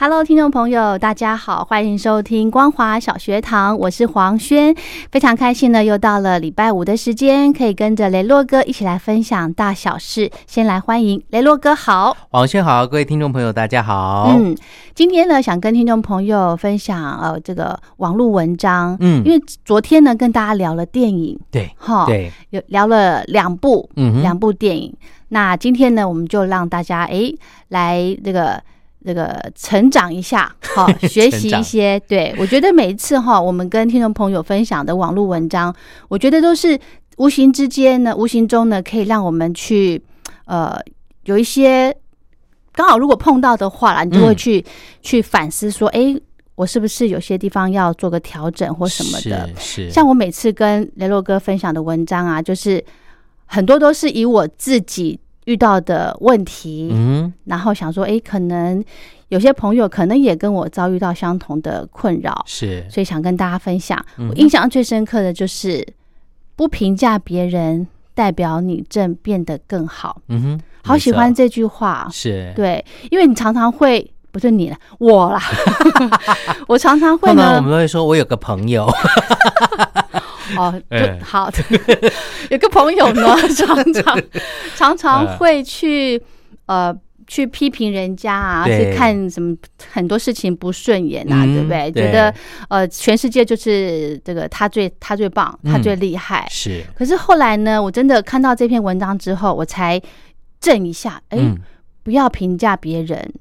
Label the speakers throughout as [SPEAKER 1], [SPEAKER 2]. [SPEAKER 1] Hello，听众朋友，大家好，欢迎收听光华小学堂，我是黄轩，非常开心呢，又到了礼拜五的时间，可以跟着雷洛哥一起来分享大小事。先来欢迎雷洛哥，好，
[SPEAKER 2] 王轩好，各位听众朋友，大家好。
[SPEAKER 1] 嗯，今天呢，想跟听众朋友分享呃这个网络文章，
[SPEAKER 2] 嗯
[SPEAKER 1] 因为昨天呢跟大家聊了电影，
[SPEAKER 2] 对
[SPEAKER 1] 哈，，
[SPEAKER 2] 对，
[SPEAKER 1] 有聊了两部，
[SPEAKER 2] 嗯哼
[SPEAKER 1] 两部电影。那今天呢，我们就让大家诶来这个这个成长一下， 好、学习一些。对我觉得每一次哈、我们跟听众朋友分享的网络文章，我觉得都是无形之间呢，无形中呢，可以让我们去呃有一些刚好如果碰到的话啦，你就会
[SPEAKER 2] 嗯
[SPEAKER 1] 去、去反思说，诶，我是不是有些地方要做个调整或什么的？
[SPEAKER 2] 是是
[SPEAKER 1] 像我每次跟雷洛哥分享的文章啊，就是很多都是以我自己遇到的问题，
[SPEAKER 2] 嗯
[SPEAKER 1] 然后想说，诶，可能有些朋友可能也跟我遭遇到相同的困扰，
[SPEAKER 2] 是
[SPEAKER 1] 所以想跟大家分享。
[SPEAKER 2] 嗯
[SPEAKER 1] 我印象最深刻的就是不评价别人，代表你正变得更好。
[SPEAKER 2] 嗯哼，
[SPEAKER 1] 好喜欢
[SPEAKER 2] 没错
[SPEAKER 1] 这句话，
[SPEAKER 2] 是
[SPEAKER 1] 对，因为你常常会。不是你了，我 啦，我常常会
[SPEAKER 2] 通常
[SPEAKER 1] 呢
[SPEAKER 2] 我。们都会说，我有个朋友，
[SPEAKER 1] 哦，
[SPEAKER 2] 哎
[SPEAKER 1] 就好 的，有个朋友呢， 常常常
[SPEAKER 2] 嗯
[SPEAKER 1] 常会去呃去批评人家啊，
[SPEAKER 2] 对
[SPEAKER 1] 去看什么很多事情不顺眼啊，
[SPEAKER 2] 嗯
[SPEAKER 1] 对不对？
[SPEAKER 2] 对
[SPEAKER 1] 觉得呃全世界就是这个他最他最棒，他
[SPEAKER 2] 嗯
[SPEAKER 1] 最厉害。
[SPEAKER 2] 是，
[SPEAKER 1] 可是后来呢，我真的看到这篇文章之后，我才震一下，哎，
[SPEAKER 2] 嗯，
[SPEAKER 1] 不要评价别人，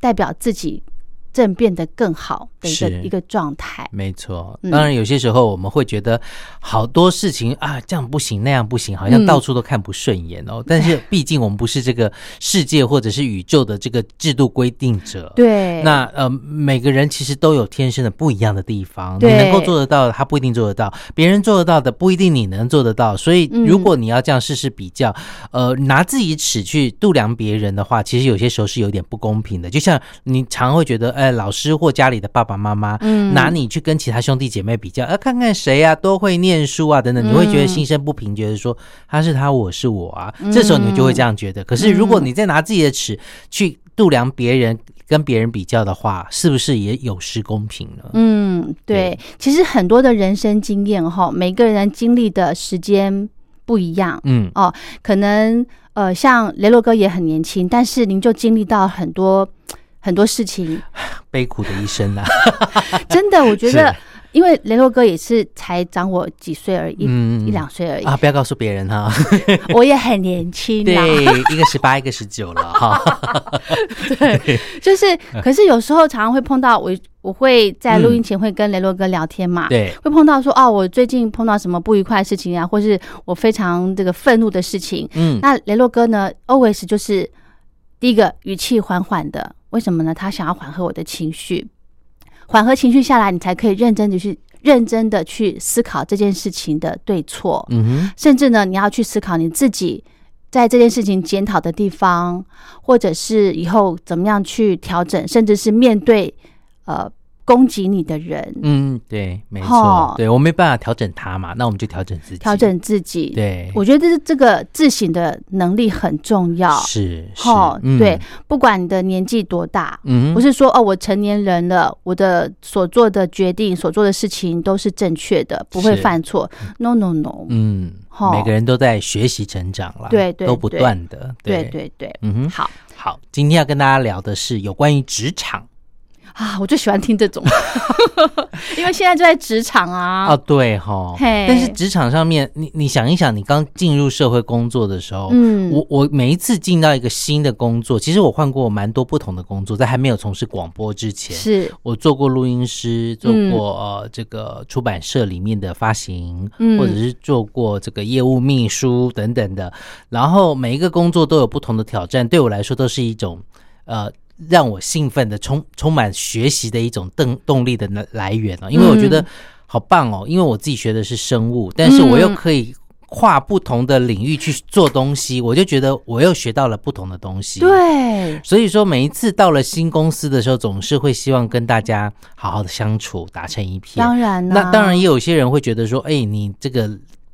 [SPEAKER 1] 代表自己正变得更好的一个
[SPEAKER 2] 是
[SPEAKER 1] 一个状态。
[SPEAKER 2] 没错。
[SPEAKER 1] 嗯
[SPEAKER 2] 当然，有些时候我们会觉得好多事情啊，这样不行，那样不行，好
[SPEAKER 1] 嗯
[SPEAKER 2] 像到处都看不顺眼哦。但是，毕竟我们不是这个世界或者是宇宙的这个制度规定者，
[SPEAKER 1] 对，
[SPEAKER 2] 那呃，每个人其实都有天生的不一样的地方，你
[SPEAKER 1] 对
[SPEAKER 2] 能够做得到的，他不一定做得到；别人做得到的，不一定你能做得到。所以，
[SPEAKER 1] 嗯
[SPEAKER 2] 如果你要这样试试比较，呃，拿自己尺去度量别人的话，其实有些时候是有点不公平的。就像你常会觉得，哎、老师或家里的爸爸妈妈。
[SPEAKER 1] 嗯
[SPEAKER 2] 拿你去跟其他兄弟姐妹比较，呃，看看谁啊多会念书啊等
[SPEAKER 1] 嗯
[SPEAKER 2] 等，你会觉得心生不平，觉得说他是他，我是我啊，
[SPEAKER 1] 嗯
[SPEAKER 2] 这时候你就会这样觉得。可是如果你再拿自己的尺去度量别人，跟别人比较的话，是不是也有失公平呢？
[SPEAKER 1] 嗯，对
[SPEAKER 2] 对，
[SPEAKER 1] 其实很多的人生经验哈，每个人经历的时间不一样，
[SPEAKER 2] 嗯，
[SPEAKER 1] 可能呃，像雷洛哥也很年轻，但是您就经历到很多很多事 情，
[SPEAKER 2] 悲苦的一生啊，
[SPEAKER 1] 真的，我觉
[SPEAKER 2] 是
[SPEAKER 1] 得，因为雷洛哥也是才长我几岁而已，
[SPEAKER 2] 嗯
[SPEAKER 1] 一两岁而已，
[SPEAKER 2] 啊，不要告诉别 人哈。
[SPEAKER 1] 我也很年轻啊啦，
[SPEAKER 2] 对，一个十八，一个十九 了哈。
[SPEAKER 1] 就是，
[SPEAKER 2] 嗯
[SPEAKER 1] 可是有时候常常会碰到我，我会在录音前会跟雷洛哥聊天嘛，
[SPEAKER 2] 对，
[SPEAKER 1] 会碰到说哦，我最近碰到什么不愉快的事情啊，或是我非常这个愤怒的事情。
[SPEAKER 2] 嗯，
[SPEAKER 1] 那雷洛哥呢，always 就是第一个语气缓缓的，为什么呢？他想要缓和我的情绪，缓和情绪下来，你才可以认真的去认真的去思考这件事情的对错，
[SPEAKER 2] 嗯哼，
[SPEAKER 1] 甚至呢，你要去思考你自己。在这件事情检讨的地方，或者是以后怎么样去调整，甚至是面对呃攻击你的人，
[SPEAKER 2] 嗯，对，没
[SPEAKER 1] 哦
[SPEAKER 2] 错，对我没办法调整他嘛，那我们就调整自己，
[SPEAKER 1] 调整自己。
[SPEAKER 2] 对，
[SPEAKER 1] 我觉得这这个自省的能力很重要。
[SPEAKER 2] 是是
[SPEAKER 1] 齁，
[SPEAKER 2] 嗯
[SPEAKER 1] 对，不管你的年纪多大，
[SPEAKER 2] 嗯
[SPEAKER 1] 不是说哦，我成年人了，我的所做的决定、所做的事情都是正确的，不会
[SPEAKER 2] 是
[SPEAKER 1] 犯错。No no no，、
[SPEAKER 2] 嗯
[SPEAKER 1] 齁，
[SPEAKER 2] 每个人都在学习成长啦，
[SPEAKER 1] 对对
[SPEAKER 2] 都不
[SPEAKER 1] 对
[SPEAKER 2] 断的，
[SPEAKER 1] 对对对，
[SPEAKER 2] 嗯哼，
[SPEAKER 1] 好
[SPEAKER 2] 好，今天要跟大家聊的是有关于职场，
[SPEAKER 1] 啊，我最喜欢听这种， 因为现在就在职场啊。
[SPEAKER 2] 啊，对哈，
[SPEAKER 1] 嘿
[SPEAKER 2] 但是职场上面，你你想一想，你刚进入社会工作的时候，
[SPEAKER 1] 嗯
[SPEAKER 2] 哦我我每一次进到一个新的工作，其实我换过蛮多不同的工作，在还没有从事广播之前，
[SPEAKER 1] 是，
[SPEAKER 2] 我做过录音师，做
[SPEAKER 1] 嗯
[SPEAKER 2] 过、呃这个出版社里面的发行，
[SPEAKER 1] 嗯
[SPEAKER 2] 或者是做过这个业务秘书等等的。然后每一个工作都有不同的挑战，对我来说都是一种呃让我兴奋的充充满学习的一种动动力的来来源哦，因为我觉
[SPEAKER 1] 嗯
[SPEAKER 2] 得好棒哦，因为我自己学的是生物，但是我又
[SPEAKER 1] 嗯
[SPEAKER 2] 可以。跨不同的领域去做东西，我就觉得我又学到了不同的东西。
[SPEAKER 1] 对，
[SPEAKER 2] 所以说，每一次到了新公司的时候，总是会希望跟大家好好的相处，打成一片。
[SPEAKER 1] 当然啊啦
[SPEAKER 2] 那当然，也有些人会觉得说，哎，你这个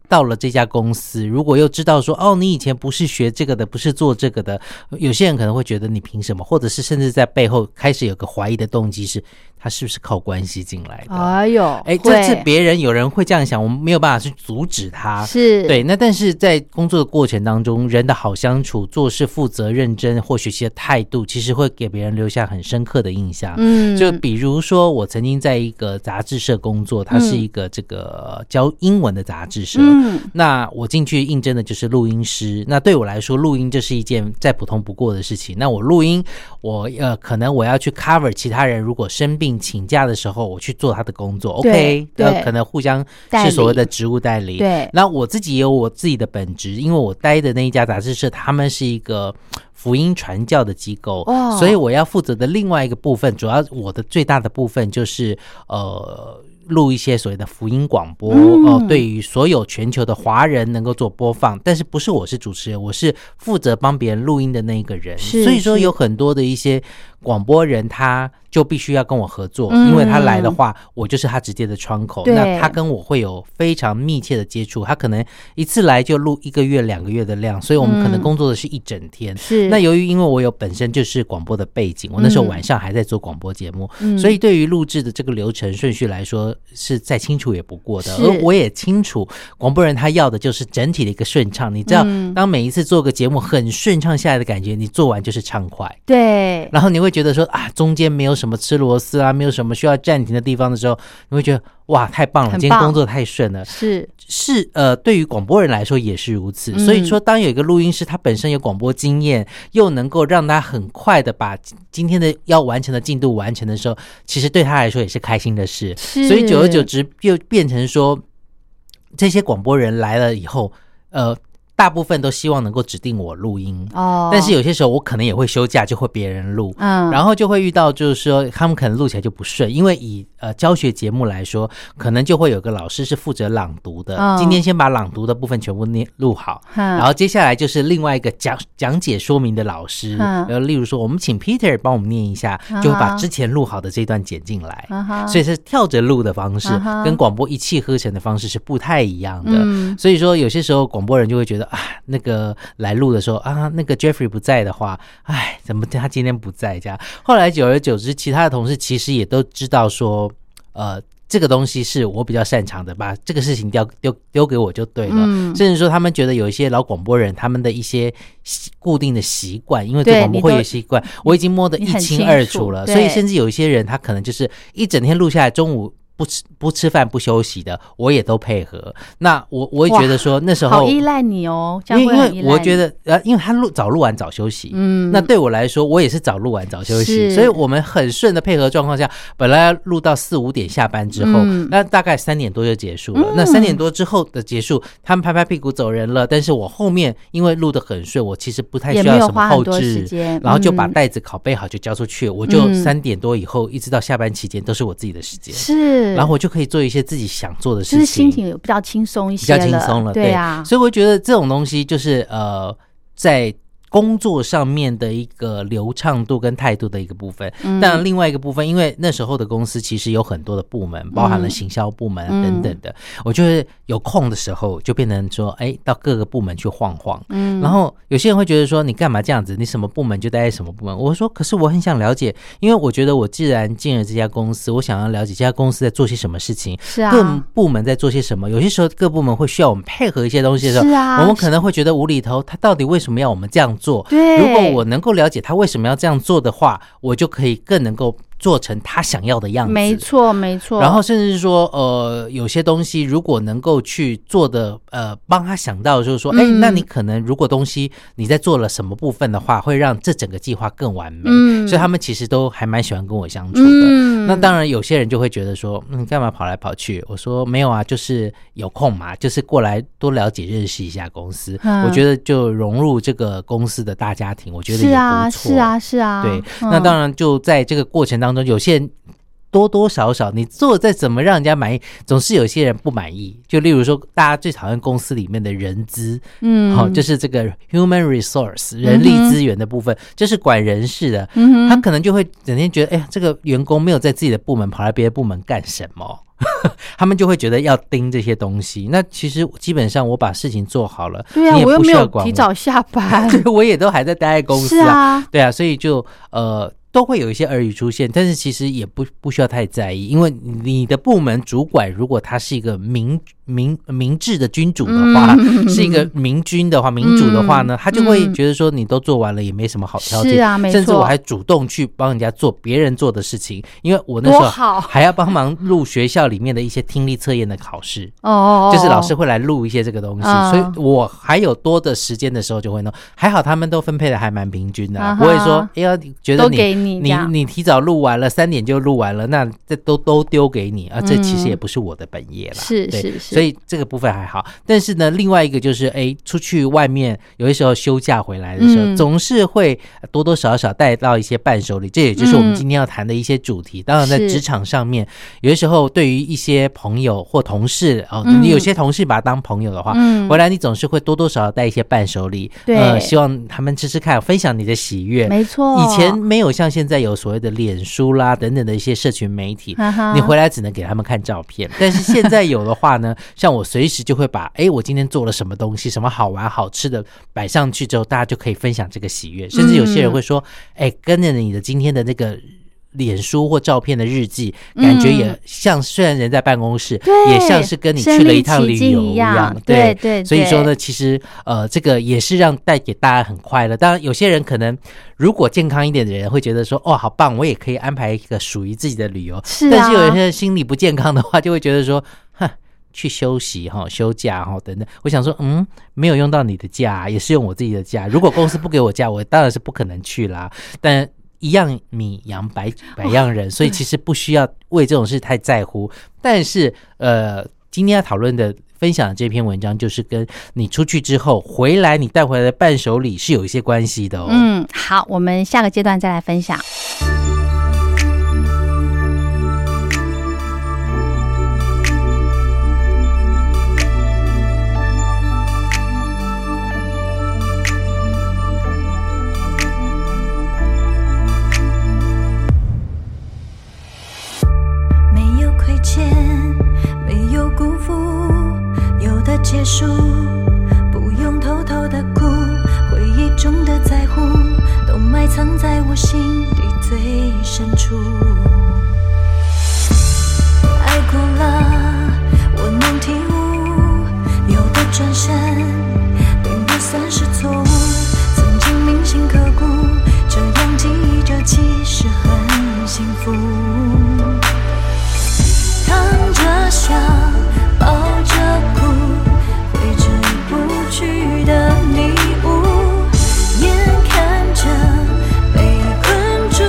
[SPEAKER 2] 到了这家公司，如果又知道说，哦，你以前不是学这个的，不是做这个的，有些人可能会觉得你凭什么，或者是甚至在背后开始有个怀疑的动机是，他是不是靠关系进来的？
[SPEAKER 1] 哎呦，
[SPEAKER 2] 哎，这
[SPEAKER 1] 会
[SPEAKER 2] 是别人有人会这样想，我们没有办法去阻止他。
[SPEAKER 1] 是，
[SPEAKER 2] 对，啊那但是在工作的过程当中，人的好相处、做事负责、认真或学习的态度，其实会给别人留下很深刻的印象。
[SPEAKER 1] 嗯，
[SPEAKER 2] 就比如说，我曾经在一个杂志社工作，它是一个这个教英文的杂志社。
[SPEAKER 1] 嗯
[SPEAKER 2] 那我进去应征的就是录音师。那对我来说，录音这是一件再普通不过的事情。那我录音，我呃，可能我要去 cover 其他人如果生病请假的时候，我去做他的工
[SPEAKER 1] 对
[SPEAKER 2] 作。OK，呃，
[SPEAKER 1] 对
[SPEAKER 2] 可能互相
[SPEAKER 1] 代
[SPEAKER 2] 是所谓
[SPEAKER 1] 理
[SPEAKER 2] 的职务代理。
[SPEAKER 1] 对，
[SPEAKER 2] 那我自己也有我自己的本职，因为我待的那一家杂志社，他们是一个嗯福音传教的机构，
[SPEAKER 1] 哇
[SPEAKER 2] 所以我要负责的另外一个部分，主要我的最大的部分就是呃。录一些所谓的福音广播
[SPEAKER 1] 嗯
[SPEAKER 2] 哦、对于所有全球的华人能够做播放，但是不是我是主持人，我是负责帮别人录音的那一个人，
[SPEAKER 1] 是
[SPEAKER 2] 所以说
[SPEAKER 1] 是
[SPEAKER 2] 有很多的一些广播人，他就必须要跟我合作，
[SPEAKER 1] 嗯
[SPEAKER 2] 因为他来的话，我就是他直接的窗口，
[SPEAKER 1] 对
[SPEAKER 2] 那他跟我会有非常密切的接触，他可能一次来就录一个月、两个月的量，所以我们可能
[SPEAKER 1] 嗯
[SPEAKER 2] 工作的是一整天。
[SPEAKER 1] 是
[SPEAKER 2] 那由于因为我有本身就是广播的背景，我那时候晚上还在做广播节目，
[SPEAKER 1] 嗯
[SPEAKER 2] 所以对于录制的这个流程顺序来说是再清楚也不过的。
[SPEAKER 1] 是
[SPEAKER 2] 而我也清楚广播人他要的就是整体的一个顺畅。你知道，当每一次做个节目很顺畅下来的感觉，你做完就是畅快。
[SPEAKER 1] 对，
[SPEAKER 2] 然后你会觉得说啊，中间没有什么吃螺丝啊，没有什么需要暂停的地方的时候，你会觉得哇，太棒了，
[SPEAKER 1] 很
[SPEAKER 2] 今天
[SPEAKER 1] 棒
[SPEAKER 2] 工作太顺了。
[SPEAKER 1] 是
[SPEAKER 2] 是呃，对于广播人来说也是呃如此。
[SPEAKER 1] 嗯
[SPEAKER 2] 所以说，当有一个录音师，他本身有广播经验，又能够让他很快的把今天的要完成的进度完成的时候，其实对他来说也是开心的事。
[SPEAKER 1] 是，
[SPEAKER 2] 所以久而久之，又变成说，这些广播人来了以后，呃，大部分都希望能够指定我录音。
[SPEAKER 1] 哦，
[SPEAKER 2] 但是有些时候我可能也会休假，就会别人录，
[SPEAKER 1] 嗯，
[SPEAKER 2] 然后就会遇到就是说他们可能录起来就不顺，因为以呃教学节目来说，可能就会有个老师是负责朗读的，
[SPEAKER 1] 嗯
[SPEAKER 2] 今天先把朗读的部分全部念录好。然
[SPEAKER 1] 然
[SPEAKER 2] 后接下来就是另外一个讲讲解说明的老师，
[SPEAKER 1] 嗯
[SPEAKER 2] 然后例如说，我们请 Peter 帮我们念一下，
[SPEAKER 1] 嗯
[SPEAKER 2] 就会把
[SPEAKER 1] 哼
[SPEAKER 2] 之前录好的这段剪进来。
[SPEAKER 1] 啊哈，
[SPEAKER 2] 所以是跳着录的方式
[SPEAKER 1] 嗯，哼
[SPEAKER 2] 跟广播一气呵成的方式是不太一样的。
[SPEAKER 1] 嗯
[SPEAKER 2] 所以说，有些时候广播人就会觉得啊，那个来录的时候啊，那个 Jeffrey 不在的话，哎，怎么他今天不在这样？后来久而久之，其他的同事其实也都知道说，呃，这个东西是我比较擅长的，把这个事情丢丢丢给我就对了。
[SPEAKER 1] 嗯
[SPEAKER 2] 甚至说，他们觉得有一些老广播人，他们的一些习固定的习惯，因为
[SPEAKER 1] 对
[SPEAKER 2] 做广播
[SPEAKER 1] 你
[SPEAKER 2] 会
[SPEAKER 1] 都
[SPEAKER 2] 有习惯，我已经摸得
[SPEAKER 1] 你
[SPEAKER 2] 一
[SPEAKER 1] 很
[SPEAKER 2] 清
[SPEAKER 1] 清
[SPEAKER 2] 二
[SPEAKER 1] 楚
[SPEAKER 2] 楚了。
[SPEAKER 1] 对
[SPEAKER 2] 所以，甚至有一些人，他可能就是一整天录下来，中午不吃不吃饭不休息的，我也都配合。那我我会觉得说，那时
[SPEAKER 1] 好
[SPEAKER 2] 候
[SPEAKER 1] 依
[SPEAKER 2] 因
[SPEAKER 1] 赖你哦，这
[SPEAKER 2] 为
[SPEAKER 1] 样
[SPEAKER 2] 因
[SPEAKER 1] 会很依
[SPEAKER 2] 为
[SPEAKER 1] 赖
[SPEAKER 2] 我
[SPEAKER 1] 你
[SPEAKER 2] 觉得呃，因为他录早录完早休息，
[SPEAKER 1] 嗯，
[SPEAKER 2] 那对我来说，我也是早录完早休息，
[SPEAKER 1] 是
[SPEAKER 2] 所以我们很顺的配合状况下，本来要录到四五点下班之后，
[SPEAKER 1] 嗯
[SPEAKER 2] 那大概三点多就结束了。那三点多之后的结束，他们拍拍屁股走人了。但是我后面因为录的很顺，我其实不太
[SPEAKER 1] 也
[SPEAKER 2] 需
[SPEAKER 1] 没
[SPEAKER 2] 要
[SPEAKER 1] 有
[SPEAKER 2] 什么
[SPEAKER 1] 花很
[SPEAKER 2] 后
[SPEAKER 1] 多时
[SPEAKER 2] 置，
[SPEAKER 1] 间，
[SPEAKER 2] 然后就把
[SPEAKER 1] 嗯
[SPEAKER 2] 袋子拷贝好就交出去，我就
[SPEAKER 1] 嗯
[SPEAKER 2] 三点多以后一直到下班期间都是我自己的时间，
[SPEAKER 1] 是，
[SPEAKER 2] 然后我就可以做一些自己想做的事
[SPEAKER 1] 就
[SPEAKER 2] 情，
[SPEAKER 1] 是心情有比较轻松一
[SPEAKER 2] 比
[SPEAKER 1] 些
[SPEAKER 2] 较
[SPEAKER 1] 了，
[SPEAKER 2] 轻松了，
[SPEAKER 1] 对啊，
[SPEAKER 2] 所以我觉得这种东西就是呃，在工作上面的一个流畅度跟态度的一个部分。
[SPEAKER 1] 嗯
[SPEAKER 2] 但另外一个部分，因为那时候的公司其实有很多的部门，包含了
[SPEAKER 1] 嗯
[SPEAKER 2] 行销部门
[SPEAKER 1] 嗯
[SPEAKER 2] 啊等等的。我就是有空的时候，就变成说，哎，到各个部门去晃晃。
[SPEAKER 1] 嗯，
[SPEAKER 2] 然后有些人会觉得说，你干嘛这样子？你什么部门就待在什么部门？我说，可是我很想了解，因为我觉得我既然进了这家公司，我想要了解这家公司在做些什么事情，
[SPEAKER 1] 是啊，
[SPEAKER 2] 各部门在做些什么。有些时候各部门会需要我们配合一些东西的时候，
[SPEAKER 1] 是啊
[SPEAKER 2] 我们可能会觉得无厘头，他到底为什么要我们这样做？
[SPEAKER 1] 对，
[SPEAKER 2] 如果我能够了解他为什么要这样做的话，我就可以更能够做成他想要的样子。
[SPEAKER 1] 没错，没错。
[SPEAKER 2] 然后甚至是说，呃，有些东西如果能够去做的，呃，帮他想到，就是说，哎、
[SPEAKER 1] 嗯
[SPEAKER 2] 那你可能如果东西你在做了什么部分的话，会让这整个计划更完美。
[SPEAKER 1] 嗯
[SPEAKER 2] 所以他们其实都还蛮喜欢跟我相处的。
[SPEAKER 1] 嗯
[SPEAKER 2] 那当然，有些人就会觉得说，嗯，干嘛跑来跑去？我说没有啊，就是有空嘛，就是过来多了解、认识一下公司。
[SPEAKER 1] 嗯
[SPEAKER 2] 我觉得就融入这个公司的大家庭，我觉得也
[SPEAKER 1] 是啊，
[SPEAKER 2] 不错。
[SPEAKER 1] 是啊，是啊。
[SPEAKER 2] 对，那当然就在这个过程当中，有些人多多少少你做得再怎么让人家满意，总是有些人不满意。就例如说，大家最讨厌公司里面的人资，
[SPEAKER 1] 嗯，
[SPEAKER 2] 好、
[SPEAKER 1] 嗯，
[SPEAKER 2] 就是这个 human resource 人力资源的部分，就是管人事的，
[SPEAKER 1] 嗯哼
[SPEAKER 2] 他可能就会整天觉得，哎呀，这个员工没有在自己的部门，跑来别的部门干什么？ 他们就会觉得要盯这些东西。那其实基本上我把事情做好了，
[SPEAKER 1] 对啊，
[SPEAKER 2] 你也
[SPEAKER 1] 我又
[SPEAKER 2] 不
[SPEAKER 1] 没
[SPEAKER 2] 需要
[SPEAKER 1] 有
[SPEAKER 2] 管
[SPEAKER 1] 提
[SPEAKER 2] 我，。
[SPEAKER 1] 早下班
[SPEAKER 2] 对我也都还在待在公
[SPEAKER 1] 是
[SPEAKER 2] 司啊。
[SPEAKER 1] 啊，
[SPEAKER 2] 对啊，所以就呃都会有一些耳语出现，但是其实也不不需要太在意，因为你的部门主管如果他是一个明明明智的君主的话， 是一个明君的话，民主的话呢，他就会
[SPEAKER 1] 嗯
[SPEAKER 2] 觉得说你都做完了，也没什么好挑剔。
[SPEAKER 1] 是啊没
[SPEAKER 2] 甚至
[SPEAKER 1] 错
[SPEAKER 2] 我还主动去帮人家做别人做的事情，因为我那时
[SPEAKER 1] 多
[SPEAKER 2] 候
[SPEAKER 1] 好
[SPEAKER 2] 还要帮忙录学校里面的一些听力测验的考试。
[SPEAKER 1] 哦，
[SPEAKER 2] 就是老师会来录一些这个东西，
[SPEAKER 1] 嗯
[SPEAKER 2] 所以我还有多的时间的时候就会弄。还好他们都分配的还蛮平均的啊、
[SPEAKER 1] 啊哈
[SPEAKER 2] 不会说哎呀觉得
[SPEAKER 1] 都
[SPEAKER 2] 你
[SPEAKER 1] 给你这
[SPEAKER 2] 你
[SPEAKER 1] 样
[SPEAKER 2] 你提早录完了，三点就录完了，那这都都丢给你啊，这其实也不是我的本业啦，
[SPEAKER 1] 嗯是
[SPEAKER 2] 对
[SPEAKER 1] 是是
[SPEAKER 2] 所以这个部分还好。但是呢，另外一个就是哎，出去外面有些时候休假回来的时候，
[SPEAKER 1] 嗯
[SPEAKER 2] 总是会多多少少带到一些伴手礼，这也就是我们
[SPEAKER 1] 嗯
[SPEAKER 2] 今天要谈的一些主题。当然，在
[SPEAKER 1] 是
[SPEAKER 2] 职场上面，有些时候对于一些朋友或同事哦，
[SPEAKER 1] 嗯
[SPEAKER 2] 你有些同事把他当朋友的话，
[SPEAKER 1] 嗯
[SPEAKER 2] 回来你总是会多多少少带一些伴手礼，
[SPEAKER 1] 对
[SPEAKER 2] 呃，希望他们吃吃看，分享你的喜悦。
[SPEAKER 1] 没错，
[SPEAKER 2] 以前没有像现在有所谓的脸书啦等等的一些社群媒体，
[SPEAKER 1] 哈哈
[SPEAKER 2] 你回来只能给他们看照片。但是现在有的话呢，像我随时就会把哎我今天做了什么东西，什么好玩好吃的摆上去之后，大家就可以分享这个喜悦。甚至有些人会说，哎、跟着你的今天的那个。脸书或照片的日记，感觉也像，虽然人在办公室，
[SPEAKER 1] 嗯对
[SPEAKER 2] 也像是跟你去
[SPEAKER 1] 身
[SPEAKER 2] 了一
[SPEAKER 1] 临
[SPEAKER 2] 趟
[SPEAKER 1] 其
[SPEAKER 2] 旅
[SPEAKER 1] 境
[SPEAKER 2] 游
[SPEAKER 1] 一
[SPEAKER 2] 样。
[SPEAKER 1] 样对对
[SPEAKER 2] 所以说呢，
[SPEAKER 1] 对
[SPEAKER 2] 其实呃，这个也是让带给大家很快乐。当然，有些人可能如果健康一点的人会觉得说，哦，好棒，我也可以安排一个属于自己的旅游。
[SPEAKER 1] 是啊
[SPEAKER 2] 但是有些人心理不健康的话，就会觉得说， 哼。去休息哈，休假哈等等。我想说，嗯，没有用到你的假，也是用我自己的假。如果公司不给我假，我当然是不可能去啦。但一样米养百百 样人，所以其实不需要为这种事太在乎。但是，呃，今天要讨论的、分享的这篇文章，就是跟你出去之后回来，你带回来的伴手礼是有一些关系的哦。
[SPEAKER 1] 嗯，好，我们下个阶段再来分享。
[SPEAKER 3] 没有亏欠，没有辜负，有的结束，不用偷偷的哭，回忆中的在乎，都埋藏在我心底最深处。爱过了，我能体悟，有的转身并不算是错误，曾经铭心刻骨，这样记忆着其实很幸福。扛着笑，抱着哭，挥之不去的迷雾，眼看着被困住。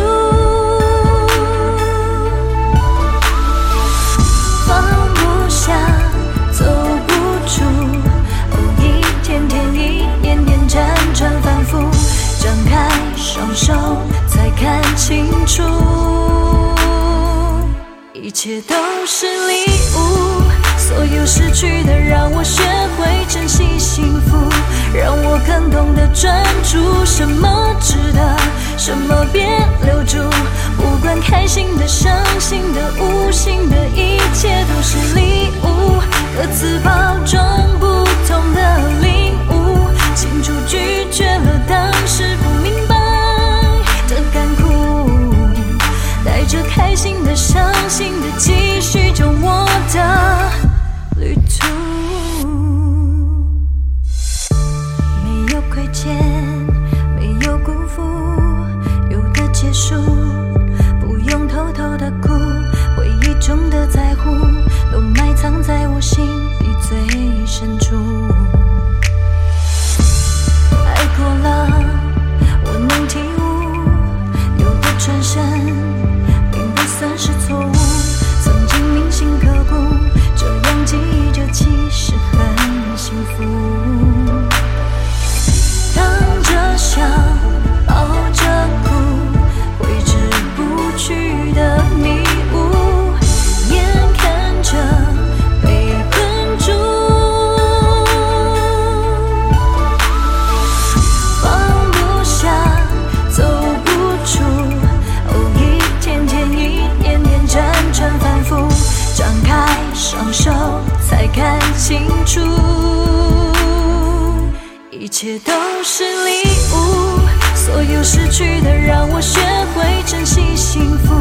[SPEAKER 3] 放不下，走不出，哦，一天天，一年年，辗转反复，张开双手才看清楚，一切都是礼物。所有失去的，让我学会珍惜幸福，让我更懂得专注，什么值得，什么别留住。不管开心的、伤心的、无心的，一切都是礼物，各自包装不同的领悟，清楚拒绝了当时不明白的干枯。带着开心的、伤心的，继续着我的旅途。没有亏欠，没有辜负，有的结束，不用偷双手才看清楚，一切都是礼物。所有失去的让我学会珍惜幸福，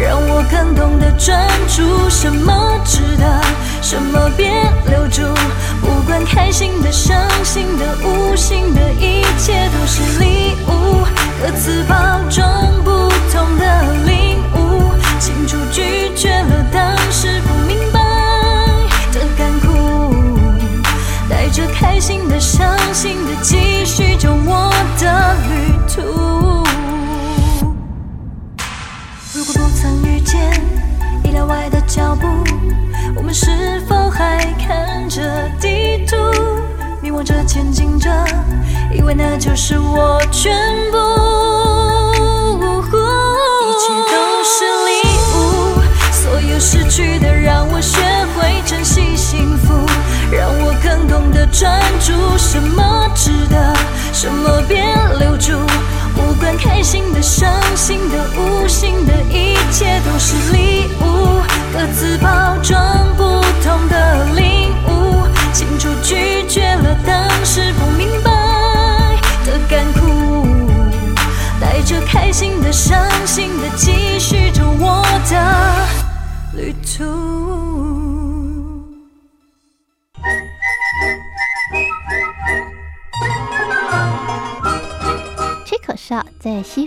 [SPEAKER 3] 让我更懂得专注，什么值得，什么别留住。不管开心的、伤心的、无心的，一切都是礼物，各自包装不同的领悟，清楚拒绝了当时不明白的干枯。带着开心的、伤心的，继续着我的旅途。如果不曾遇见意料外的脚步，我们是否还看着地图，迷惘着前进着，以为那就是我全部？一切都是礼物，所有失去的让我学会珍惜幸福，让我更懂得专注，什么值得，什么别留住。无关开心的、伤心的、无心的，一切都是礼物，各自包装不同的领悟，清楚拒绝了当时不明白的干枯。带着开心的、伤心的，继续着我的旅途。
[SPEAKER 4] 吹口哨在西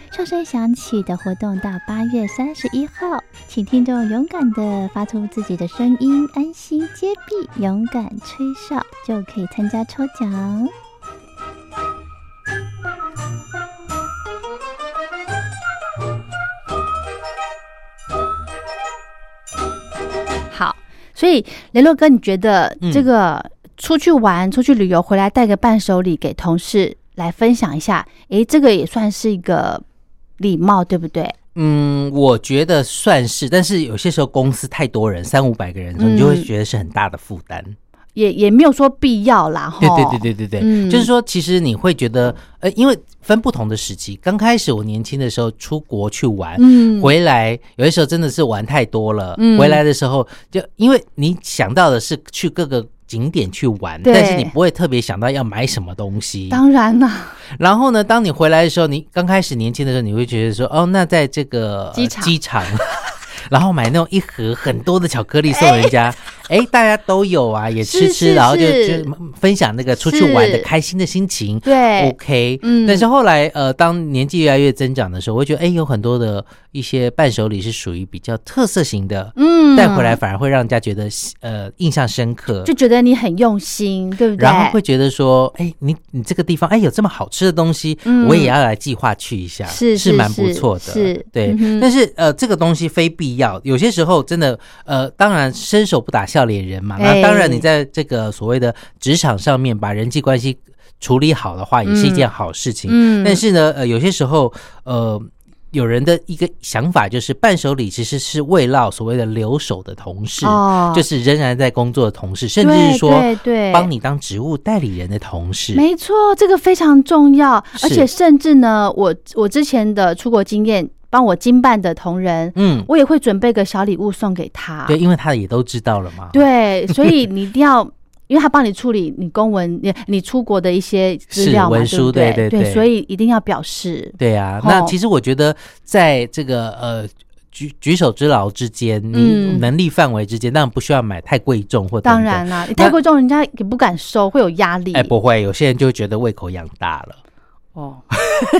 [SPEAKER 4] 哨声响起的活动到八月三十一号，请听众勇敢的发出自己的声音，安心接币，勇敢吹哨就可以参加抽奖。
[SPEAKER 1] 好，所以雷洛哥，你觉得
[SPEAKER 2] 嗯
[SPEAKER 1] 这个出去玩、出去旅游回来带个伴手礼给同事来分享一下，诶，这个也算是一个礼貌，对不对？
[SPEAKER 2] 嗯，我觉得算是，但是有些时候公司太多人，三五百个人的时候，
[SPEAKER 1] 嗯
[SPEAKER 2] 你就会觉得是很大的负担。
[SPEAKER 1] 也也没有说必要啦，哈。
[SPEAKER 2] 对对对对对对，
[SPEAKER 1] 哦嗯
[SPEAKER 2] 就是说，其实你会觉得，呃，因为分不同的时期，刚开始我年轻的时候出国去玩，
[SPEAKER 1] 嗯，
[SPEAKER 2] 回来有些时候真的是玩太多了，
[SPEAKER 1] 嗯
[SPEAKER 2] 回来的时候就因为你想到的是去各个。景点去玩，
[SPEAKER 1] 对
[SPEAKER 2] 但是你不会特别想到要买什么东西。
[SPEAKER 1] 当然啦、
[SPEAKER 2] 然后呢，当你回来的时候，你刚开始年轻的时候，你会觉得说，哦，那在这个呃
[SPEAKER 1] 机场
[SPEAKER 2] 机场 然后买那种一盒很多的巧克力送人 家，哎，大家都有啊，也吃
[SPEAKER 1] 是
[SPEAKER 2] 吃，
[SPEAKER 1] 是
[SPEAKER 2] 然后就是就分享那个出去玩的
[SPEAKER 1] 是
[SPEAKER 2] 开心的心情。
[SPEAKER 1] 对，
[SPEAKER 2] OK，
[SPEAKER 1] 嗯
[SPEAKER 2] 但是后来呃，当年纪越来越增长的时候，我会觉得哎，有很多的一些伴手礼是属于比较特色型的，
[SPEAKER 1] 嗯
[SPEAKER 2] 带回来反而会让人家觉得呃印象深刻，
[SPEAKER 1] 就觉得你很用心，对不对？
[SPEAKER 2] 然后会觉得说，哎，你你这个地方哎有这么好吃的东西，
[SPEAKER 1] 嗯
[SPEAKER 2] 我也要来计划去一下，
[SPEAKER 1] 是
[SPEAKER 2] 是
[SPEAKER 1] 是
[SPEAKER 2] 蛮不
[SPEAKER 1] 是
[SPEAKER 2] 错的，
[SPEAKER 1] 是
[SPEAKER 2] 对
[SPEAKER 1] 嗯。哼
[SPEAKER 2] 但是呃，这个东西非必要，有些时候真的呃，当然伸手不打笑脸人嘛。那
[SPEAKER 1] 哎
[SPEAKER 2] 当然，你在这个所谓的职场上面把人际关系处理好的话，也是一件好事情。
[SPEAKER 1] 嗯
[SPEAKER 2] 但是呢，呃，有些时候呃。有人的一个想法就是，伴手礼其实是慰劳所谓的留守的同事，
[SPEAKER 1] 哦
[SPEAKER 2] 就是仍然在工作的同事，甚至
[SPEAKER 1] 对
[SPEAKER 2] 是说
[SPEAKER 1] 对对
[SPEAKER 2] 帮你当职务代理人的同事。
[SPEAKER 1] 没错，这个非常重要，
[SPEAKER 2] 是
[SPEAKER 1] 而且甚至呢，我我之前的出国经验，帮我经办的同仁，
[SPEAKER 2] 嗯，
[SPEAKER 1] 我也会准备个小礼物送给他。
[SPEAKER 2] 对，因为他也都知道了嘛。，
[SPEAKER 1] 对，所以你一定要，因为他帮你处理你公文、你你出国的一些资料嘛，
[SPEAKER 2] 是文书
[SPEAKER 1] 对不
[SPEAKER 2] 对对
[SPEAKER 1] 对
[SPEAKER 2] 对
[SPEAKER 1] 所以一定要表示。
[SPEAKER 2] 对啊。那
[SPEAKER 1] 哦
[SPEAKER 2] 其实我觉得，在这个呃举举手之劳之间，你
[SPEAKER 1] 嗯
[SPEAKER 2] 能力范围之间，当然不需要买太贵重或等
[SPEAKER 1] 当
[SPEAKER 2] 等
[SPEAKER 1] 然。
[SPEAKER 2] 哎
[SPEAKER 1] 啦，你太贵重，人家也不敢收，会有压力。
[SPEAKER 2] 哎，不会，有些人就会觉得胃口养大了。
[SPEAKER 1] 哦，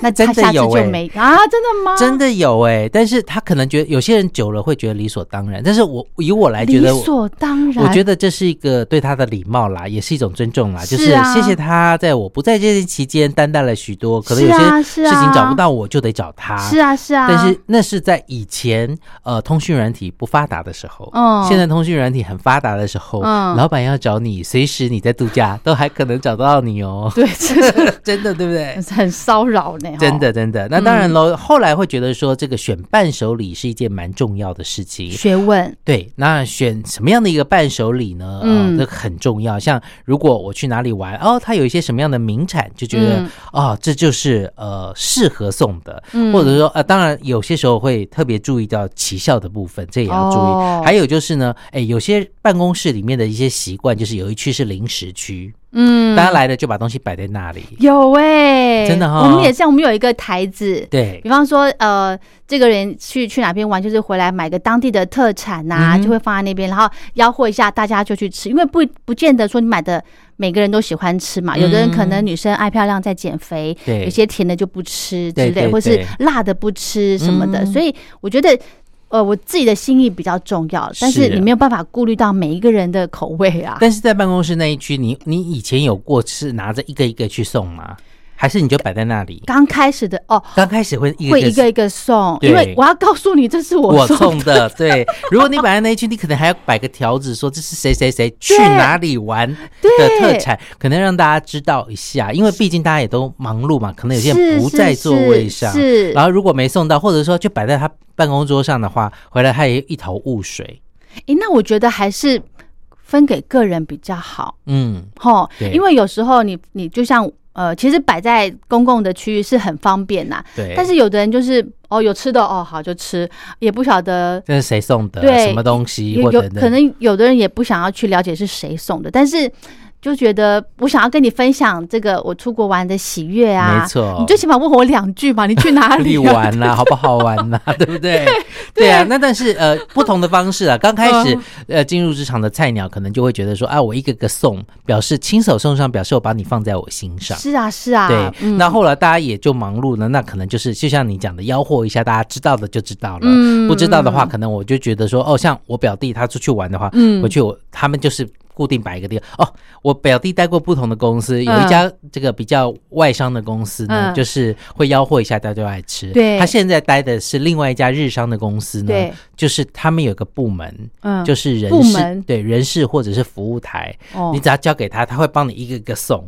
[SPEAKER 1] 那
[SPEAKER 2] 真
[SPEAKER 1] 他
[SPEAKER 2] 的
[SPEAKER 1] 下次
[SPEAKER 2] 有
[SPEAKER 1] 就
[SPEAKER 2] 欸
[SPEAKER 1] 没啊？真的吗？
[SPEAKER 2] 真的有哎、但是他可能觉得有些人久了会觉得理所当然，但是我以我来觉
[SPEAKER 1] 理
[SPEAKER 2] 得，
[SPEAKER 1] 所当然。
[SPEAKER 2] 我觉得这是一个对他的礼貌啦，也是一种尊重啦，就是
[SPEAKER 1] 啊
[SPEAKER 2] 谢谢他在我不在这些期间担待了许多，可能有
[SPEAKER 1] 是啊
[SPEAKER 2] 些
[SPEAKER 1] 是
[SPEAKER 2] 事
[SPEAKER 1] 啊
[SPEAKER 2] 情找不到我就得找他，
[SPEAKER 1] 是啊，是啊。
[SPEAKER 2] 但是那是在以前呃通讯软体不发达的时候，
[SPEAKER 1] 嗯
[SPEAKER 2] 现在通讯软体很发达的时候，
[SPEAKER 1] 嗯
[SPEAKER 2] 老板要找你，随时你在度假都还可能找到你哦，
[SPEAKER 1] 对，这个
[SPEAKER 2] 真的对不对？
[SPEAKER 1] 很骚扰呢，
[SPEAKER 2] 真的，
[SPEAKER 1] 哦。
[SPEAKER 2] 真的。那当然喽，后来会觉得说，这个选伴手礼是一件蛮重要的事情。
[SPEAKER 1] 学问，
[SPEAKER 2] 对，那选什么样的一个伴手礼呢？
[SPEAKER 1] 嗯
[SPEAKER 2] 嗯，这个很重要。像如果我去哪里玩，哦，它有一些什么样的名产，就觉得
[SPEAKER 1] 嗯
[SPEAKER 2] 哦，这就是呃适合送的，
[SPEAKER 1] 嗯
[SPEAKER 2] 或者说呃，当然有些时候会特别注意到奇效的部分，这也要注意。
[SPEAKER 1] 哦
[SPEAKER 2] 还有就是呢，哎，有些办公室里面的一些习惯，就是有一区是零食区，
[SPEAKER 1] 嗯
[SPEAKER 2] 大家来了就把东西摆在那里。
[SPEAKER 1] 有哎、
[SPEAKER 2] 真的哈
[SPEAKER 1] 我们也像我们有一个台子，
[SPEAKER 2] 对
[SPEAKER 1] 比，方说呃，这个人去去哪边玩，就是回来买个当地的特产呐、
[SPEAKER 2] 嗯哼
[SPEAKER 1] 就会放在那边，然后吆喝一下，大家就去吃，因为不不见得说你买的每个人都喜欢吃嘛，有的人可能女生爱漂亮在减肥，
[SPEAKER 2] 嗯对
[SPEAKER 1] 有些甜的就不吃之
[SPEAKER 2] 对
[SPEAKER 1] 类，
[SPEAKER 2] 对
[SPEAKER 1] 或是
[SPEAKER 2] 对
[SPEAKER 1] 辣的不吃什么的，
[SPEAKER 2] 嗯
[SPEAKER 1] 所以我觉得。呃，我自己的心意比较重要，但是
[SPEAKER 2] 是啊
[SPEAKER 1] 你没有办法顾虑到每一个人的口味啊。
[SPEAKER 2] 但是在办公室那一区，你你以前有过是拿着一个一个去送吗？还是你就摆在那里？
[SPEAKER 1] 刚开始的哦，
[SPEAKER 2] 刚开始会一个
[SPEAKER 1] 会一个一个送，因为
[SPEAKER 2] 对
[SPEAKER 1] 我要告诉你这是
[SPEAKER 2] 我
[SPEAKER 1] 送
[SPEAKER 2] 送的，对。如果你摆在那一区，你可能还要摆个条子，说这是谁谁谁去哪里玩的
[SPEAKER 1] 对
[SPEAKER 2] 特产，可能让大家知道一下，因为毕竟大家也都忙碌嘛，可能有些
[SPEAKER 1] 是
[SPEAKER 2] 人不在座位上，
[SPEAKER 1] 是是
[SPEAKER 2] 然后如果没送到，或者说就摆在他办公桌上的话，回来他也一头雾水。
[SPEAKER 1] 诶，那我觉得还是分给个人比较好，
[SPEAKER 2] 嗯，
[SPEAKER 1] 吼，
[SPEAKER 2] 对
[SPEAKER 1] 因为有时候你你就像呃，其实摆在公共的区域是很方便呐、
[SPEAKER 2] 对。
[SPEAKER 1] 但是有的人就是哦，有吃的哦，好就吃，也不晓得。
[SPEAKER 2] 这是谁送的？
[SPEAKER 1] 对
[SPEAKER 2] 什么东西？
[SPEAKER 1] 有
[SPEAKER 2] 或
[SPEAKER 1] 有
[SPEAKER 2] 者
[SPEAKER 1] 可能有的人也不想要去了解是谁送的，但是就觉得我想要跟你分享这个我出国玩的喜悦啊，
[SPEAKER 2] 没错
[SPEAKER 1] 你最起码问我两句嘛，你去哪里
[SPEAKER 2] 力
[SPEAKER 1] 啊
[SPEAKER 2] 玩啦、好不好玩啦、对不对？对啊，那但是呃，不同的方式啊，刚开始呃进入职场的菜鸟，可能就会觉得说啊，我一个个送，表示亲手送上，表示我把你放在我心 上。
[SPEAKER 1] 是啊，是啊，
[SPEAKER 2] 对，
[SPEAKER 1] 嗯
[SPEAKER 2] 那后来大家也就忙碌了，那可能就是就像你讲的，吆喝一下，大家知道的就知道了，
[SPEAKER 1] 嗯
[SPEAKER 2] 不知道的话，可能我就觉得说，哦，像我表弟他出去玩的话，
[SPEAKER 1] 嗯
[SPEAKER 2] 回去我他们就是。固定摆一个地方哦，我表弟待过不同的公司，有
[SPEAKER 1] 嗯
[SPEAKER 2] 一家这个比较外商的公司呢，
[SPEAKER 1] 嗯
[SPEAKER 2] 就是会吆喝一下，大家就爱吃。
[SPEAKER 1] 对
[SPEAKER 2] 他现在待的是另外一家日商的公司呢
[SPEAKER 1] 对，
[SPEAKER 2] 就是他们有个部门，
[SPEAKER 1] 嗯
[SPEAKER 2] 就是人事
[SPEAKER 1] 部门
[SPEAKER 2] 对人事或者是服务台，
[SPEAKER 1] 哦
[SPEAKER 2] 你只要交给他，他会帮你一个一个送。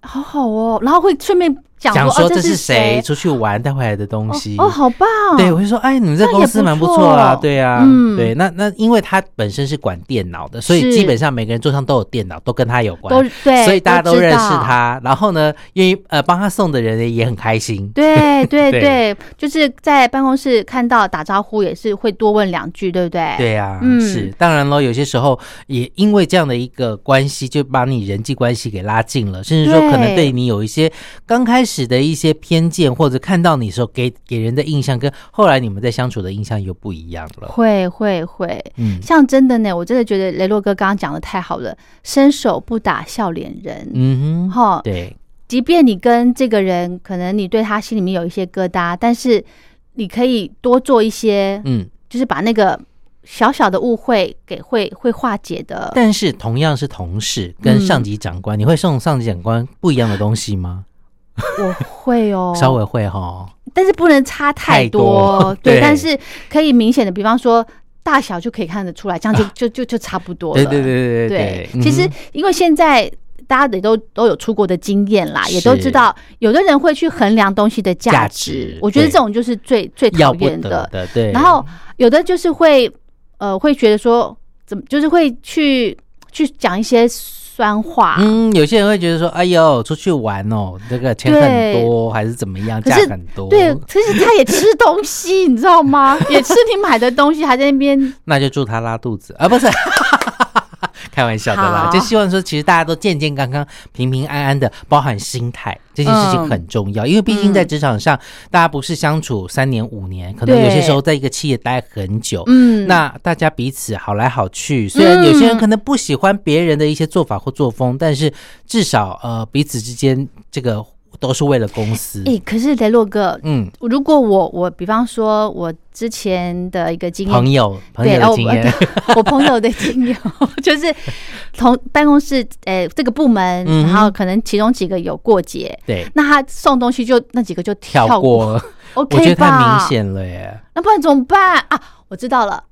[SPEAKER 1] 好好哦，然后会顺便讲
[SPEAKER 2] 讲
[SPEAKER 1] 说
[SPEAKER 2] 说
[SPEAKER 1] 哦这
[SPEAKER 2] 这是
[SPEAKER 1] 谁
[SPEAKER 2] 谁出去玩带回来的东西。
[SPEAKER 1] 哦，好棒，
[SPEAKER 2] 对，我就说，哎，你们这
[SPEAKER 1] 那也
[SPEAKER 2] 公司
[SPEAKER 1] 不
[SPEAKER 2] 蛮不
[SPEAKER 1] 错
[SPEAKER 2] 错啦，对啊，
[SPEAKER 1] 嗯
[SPEAKER 2] 对，那那因为他本身是管电脑的，所以
[SPEAKER 1] 是
[SPEAKER 2] 基本上每个人桌上都有电脑，都跟他有关，
[SPEAKER 1] 都对，
[SPEAKER 2] 所以大家
[SPEAKER 1] 都
[SPEAKER 2] 都
[SPEAKER 1] 知
[SPEAKER 2] 认识
[SPEAKER 1] 道。
[SPEAKER 2] 他。然后呢，愿意呃帮他送的人也很开心，
[SPEAKER 1] 对 对
[SPEAKER 2] 对
[SPEAKER 1] 对，就是在办公室看到打招呼也是会多问两句，对不对？
[SPEAKER 2] 对啊，
[SPEAKER 1] 嗯
[SPEAKER 2] 是当然喽。有些时候也因为这样的一个关系，就把你人际关系给拉近了，甚至说
[SPEAKER 1] 对
[SPEAKER 2] 可能对你有一些刚开始的一些偏见，或者看到你的时候给给人的印象，跟后来你们在相处的印象又不一样了。
[SPEAKER 1] 会会会，
[SPEAKER 2] 嗯
[SPEAKER 1] 像真的呢，我真的觉得雷洛哥刚刚讲的太好了，伸手不打笑脸人。
[SPEAKER 2] 嗯哼，
[SPEAKER 1] 哈、
[SPEAKER 2] 对，
[SPEAKER 1] 即便你跟这个人，可能你对他心里面有一些疙瘩，但是你可以多做一些，
[SPEAKER 2] 嗯。
[SPEAKER 1] 就是把那个小小的误会给会会化解的。
[SPEAKER 2] 但是同样是同事跟上级长官，你会送上级长官不一样的东西吗？，
[SPEAKER 1] 我会哦
[SPEAKER 2] 稍微会哈，
[SPEAKER 1] 但是不能差太
[SPEAKER 2] 太多
[SPEAKER 1] 对，
[SPEAKER 2] 对
[SPEAKER 1] 但是可以明显的，比方说大小就可以看得出来，这样就就就就差不多了。
[SPEAKER 2] 啊对对对对
[SPEAKER 1] 对其实
[SPEAKER 2] 嗯
[SPEAKER 1] 因为现在。大家也都都有出国的经验啦，
[SPEAKER 2] 是
[SPEAKER 1] 也都知道，有的人会去衡量东西的价
[SPEAKER 2] 价
[SPEAKER 1] 值，
[SPEAKER 2] 值
[SPEAKER 1] 我觉得
[SPEAKER 2] 对
[SPEAKER 1] 这种就是最最
[SPEAKER 2] 要
[SPEAKER 1] 讨
[SPEAKER 2] 不
[SPEAKER 1] 厌
[SPEAKER 2] 得
[SPEAKER 1] 的。
[SPEAKER 2] 的，对。
[SPEAKER 1] 然后有的就是会呃会觉得说，怎么就是会去去讲一些酸话，
[SPEAKER 2] 嗯，有些人会觉得说，哎呦，出去玩哦，这个钱很多还是怎么样，
[SPEAKER 1] 可
[SPEAKER 2] 价
[SPEAKER 1] 是
[SPEAKER 2] 很多，
[SPEAKER 1] 对，可是他也吃东西，你知道吗？ 也吃你买的东西，还在那边
[SPEAKER 2] 那就祝他拉肚子啊，不是。 开玩笑的啦
[SPEAKER 1] 好，
[SPEAKER 2] 就希望说，其实大家都健健康康、平平安安的，包含心态这件事情很重要，因为毕竟在职场上，大家不是相处三年五年，可能
[SPEAKER 1] 对
[SPEAKER 2] 有些时候在一个企业待很久，
[SPEAKER 1] 嗯
[SPEAKER 2] 那大家彼此好来好去，虽然有些人可能不喜欢别人的一些做法或作风，但是至少呃彼此之间这个都是为了公司。
[SPEAKER 1] 哎，可是雷洛哥，
[SPEAKER 2] 嗯，
[SPEAKER 1] 如果我我比方说我之前的一个经验
[SPEAKER 2] 朋，友朋
[SPEAKER 1] 对，
[SPEAKER 2] 友
[SPEAKER 1] 然
[SPEAKER 2] 的
[SPEAKER 1] 后
[SPEAKER 2] 经验，
[SPEAKER 1] 我我朋友的经验 就是同办公室，诶、这个部门，
[SPEAKER 2] 嗯哼
[SPEAKER 1] 然后可能其中几个有过节，
[SPEAKER 2] 对，
[SPEAKER 1] 那他送东西就那几个就
[SPEAKER 2] 跳
[SPEAKER 1] 过
[SPEAKER 2] 过了，
[SPEAKER 1] o
[SPEAKER 2] 我觉
[SPEAKER 1] k
[SPEAKER 2] 得太
[SPEAKER 1] 吧？
[SPEAKER 2] 明显了耶。
[SPEAKER 1] 那不然怎么办啊？我知道了，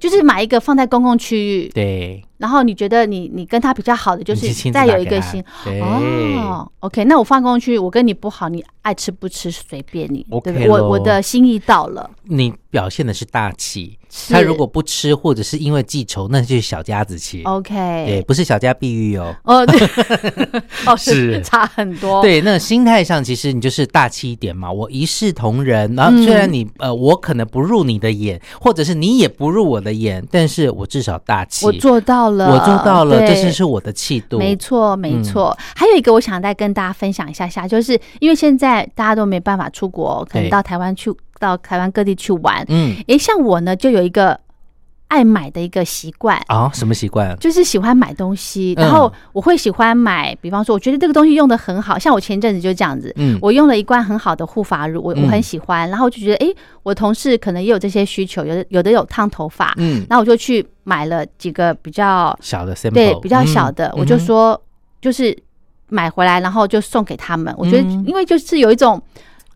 [SPEAKER 1] 就是买一个放在公共区域，
[SPEAKER 2] 对，
[SPEAKER 1] 然后你觉得你你跟他比较好的，就
[SPEAKER 2] 你
[SPEAKER 1] 是
[SPEAKER 2] 亲自
[SPEAKER 1] 再
[SPEAKER 2] 打
[SPEAKER 1] 有一
[SPEAKER 2] 给
[SPEAKER 1] 个
[SPEAKER 2] 哎他
[SPEAKER 1] 心。
[SPEAKER 2] 对，
[SPEAKER 1] 哦，OK，那我放公共区域，我跟你不好，你爱吃不吃随便你，对不
[SPEAKER 2] OK
[SPEAKER 1] 对？我我
[SPEAKER 2] 咯
[SPEAKER 1] 的心意到了，
[SPEAKER 2] 你表现的是大气，
[SPEAKER 1] 是
[SPEAKER 2] 他如果不吃或者是因为记仇，那就是小家子气。
[SPEAKER 1] OK，
[SPEAKER 2] 对，不是小家碧玉哦。
[SPEAKER 1] 哦， 对，哦
[SPEAKER 2] 是
[SPEAKER 1] 差很多，，
[SPEAKER 2] 对，那心态上其实你就是大气一点嘛，我一视同仁。然后
[SPEAKER 1] 嗯
[SPEAKER 2] 虽然你、呃，我可能不入你的眼，或者是你也不入我的眼，但是我至少大气，
[SPEAKER 1] 我做到了，
[SPEAKER 2] 我做到了，
[SPEAKER 1] 对
[SPEAKER 2] 这就是我的气度。
[SPEAKER 1] 没错，没错。还有一个，我想再跟大家分享一下下，就是因为现在大家都没办法出国，可能
[SPEAKER 2] 对
[SPEAKER 1] 到台湾去，到台湾各地去玩。
[SPEAKER 2] 嗯
[SPEAKER 1] 诶，像我呢，就有一个爱买的一个习惯。
[SPEAKER 2] 啊、什么习惯？
[SPEAKER 1] 就是喜欢买东西，
[SPEAKER 2] 嗯
[SPEAKER 1] 然后我会喜欢买，比方说，我觉得这个东西用的很好，像我前阵子就这样子，
[SPEAKER 2] 嗯
[SPEAKER 1] 我用了一罐很好的护发乳，我我
[SPEAKER 2] 嗯
[SPEAKER 1] 很喜欢，然后就觉得，诶，我同事可能也有这些需求，有的有的有烫头发，
[SPEAKER 2] 嗯，
[SPEAKER 1] 然后我就去买了几个比较
[SPEAKER 2] 小的 sample，
[SPEAKER 1] 对比较小的，
[SPEAKER 2] 嗯
[SPEAKER 1] 我就
[SPEAKER 2] 嗯哼
[SPEAKER 1] 说就是买回来，然后就送给他们。我觉得
[SPEAKER 2] 嗯，
[SPEAKER 1] 因为就是有一种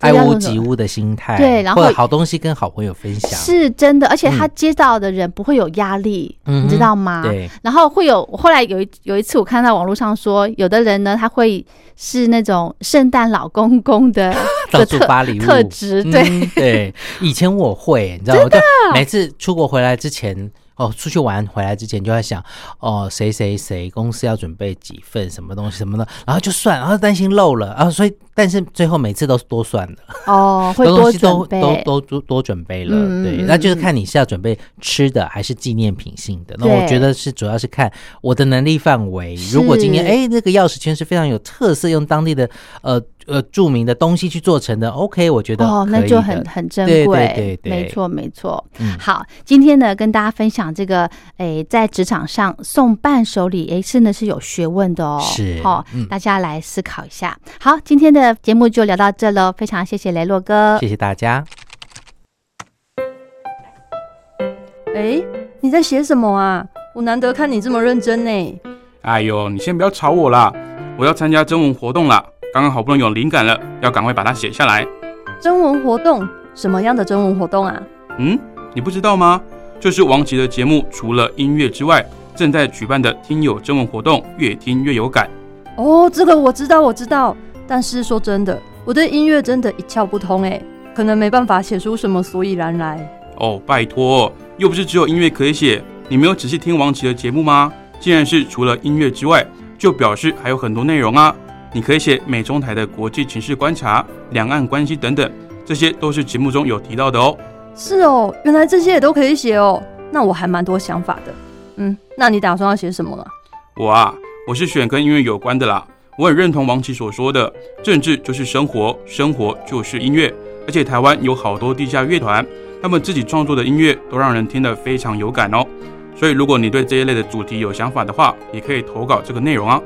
[SPEAKER 2] 爱
[SPEAKER 1] 这叫
[SPEAKER 2] 屋
[SPEAKER 1] 做什
[SPEAKER 2] 及
[SPEAKER 1] 么
[SPEAKER 2] 乌的心态，
[SPEAKER 1] 对然后
[SPEAKER 2] 或者好东西跟好朋友分享，
[SPEAKER 1] 是真的，而且他
[SPEAKER 2] 嗯
[SPEAKER 1] 接到的人不会有压力，
[SPEAKER 2] 嗯哼
[SPEAKER 1] 你知道吗？
[SPEAKER 2] 对，
[SPEAKER 1] 然后会有，我后来有一有一次我看到网络上说，有的人呢他会是那种圣诞老公公 的
[SPEAKER 2] 到
[SPEAKER 1] 的
[SPEAKER 2] 处
[SPEAKER 1] 特
[SPEAKER 2] 发礼物
[SPEAKER 1] 特质，
[SPEAKER 2] 嗯
[SPEAKER 1] 对，
[SPEAKER 2] 对。以前我会，你知道，我就每次出国回来之前。哦，出去玩回来之前就在想，哦，谁谁谁公司要准备几份什么东西什么的，然后就算，然后担心漏了，然啊后所以，但是最后每次都是多算的，
[SPEAKER 1] 哦，会
[SPEAKER 2] 东
[SPEAKER 1] 多
[SPEAKER 2] 西都
[SPEAKER 1] 准备，
[SPEAKER 2] 都都多多准备了，
[SPEAKER 1] 嗯
[SPEAKER 2] 对，
[SPEAKER 1] 嗯
[SPEAKER 2] 那就是看你是要准备吃的还是纪念品性的。那
[SPEAKER 1] 对
[SPEAKER 2] 我觉得是主要是看我的能力范围。如果今年
[SPEAKER 1] 是
[SPEAKER 2] 哎那个钥匙圈是非常有特色，用当地的呃呃著名的东西去做成的，OK，我觉得
[SPEAKER 1] 哦，那
[SPEAKER 2] 可以
[SPEAKER 1] 就
[SPEAKER 2] 的
[SPEAKER 1] 很很珍
[SPEAKER 2] 对对
[SPEAKER 1] 贵，
[SPEAKER 2] 对对
[SPEAKER 1] 没错没错。
[SPEAKER 2] 嗯
[SPEAKER 1] 好，今天呢跟大家分享这个，诶，在职场上送伴手礼，诶，真的是有学问的哦，
[SPEAKER 2] 是
[SPEAKER 1] 哦
[SPEAKER 2] 嗯，
[SPEAKER 1] 大家来思考一下。好，今天的节目就聊到这喽，非常谢谢雷洛哥
[SPEAKER 2] 谢，谢大家。
[SPEAKER 5] 哎，你在写什么啊？我难得看你这么认真呢。
[SPEAKER 6] 哎呦，你先不要吵我啦，我要参加征文活动啦，刚刚好不容易有灵感了，要赶快把它写下来。
[SPEAKER 5] 征文活动，什么样的征文活动啊？
[SPEAKER 6] 嗯，你不知道吗？就是王琦的节目，除了音乐之外，正在举办的听友征文活动，越听越有感。
[SPEAKER 5] 哦，这个我知道，我知道。但是说真的，我对音乐真的一窍不通哎，可能没办法写出什么所以然来。
[SPEAKER 6] 哦，拜托，又不是只有音乐可以写，你没有仔细听王琦的节目吗？既然是除了音乐之外，就表示还有很多内容啊。你可以写美中台的国际情势观察、两岸关系等等，这些都是节目中有提到的哦。
[SPEAKER 5] 是哦，原来这些也都可以写哦。那我还蛮多想法的。嗯，那你打算要写什么了？
[SPEAKER 6] 我啊，我是选跟音乐有关的啦。我很认同王琦所说的，政治就是生活，生活就是音乐。而且台湾有好多地下乐团，他们自己创作的音乐都让人听得非常有感哦。所以，如果你对这一类的主题有想法的话，也可以投稿这个内容啊。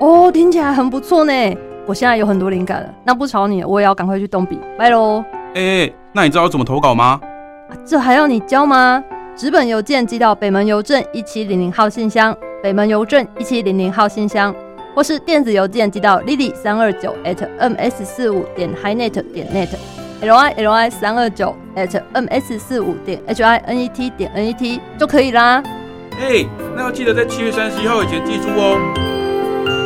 [SPEAKER 5] 哦，听起来很不错呢。我现在有很多灵感了。那不吵你了，我也要赶快去动笔。拜喽。
[SPEAKER 6] 哎，那你知道怎么投稿吗？
[SPEAKER 5] 啊这还要你教吗？纸本邮件寄到北门邮政一七零零号信箱，北门邮政一七零零号信箱，或是电子邮件寄到 lily 三二九 at ms 四五点 highnet 点 net。l i l i 三二九 at m s 四五点 h i n e t 点 n e t 就可以啦。
[SPEAKER 6] 哎，那要记得在七月三十一号以前寄出哦。